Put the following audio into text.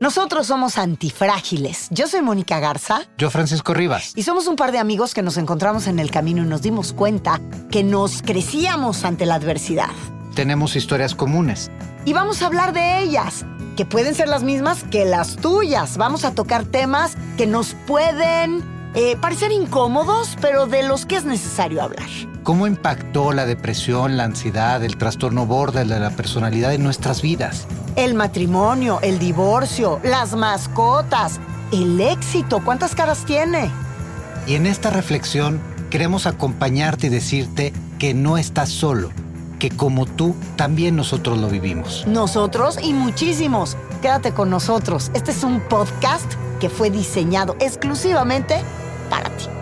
Nosotros somos antifrágiles. Yo soy Mónica Garza Yo, Francisco Rivas. y somos un par de amigos que nos encontramos en el camino y nos dimos cuenta que nos crecíamos ante la adversidad. Tenemos historias comunes. Y vamos a hablar de ellas, que pueden ser las mismas que las tuyas. Vamos a tocar temas que nos pueden eh, parecer incómodos, pero de los que es necesario hablar. ¿Cómo impactó la depresión, la ansiedad, el trastorno border de la personalidad en nuestras vidas? El matrimonio, el divorcio, las mascotas, el éxito, ¿cuántas caras tiene? Y en esta reflexión queremos acompañarte y decirte que no estás solo, que como tú también nosotros lo vivimos. Nosotros y muchísimos. Quédate con nosotros. Este es un podcast que fue diseñado exclusivamente para ti.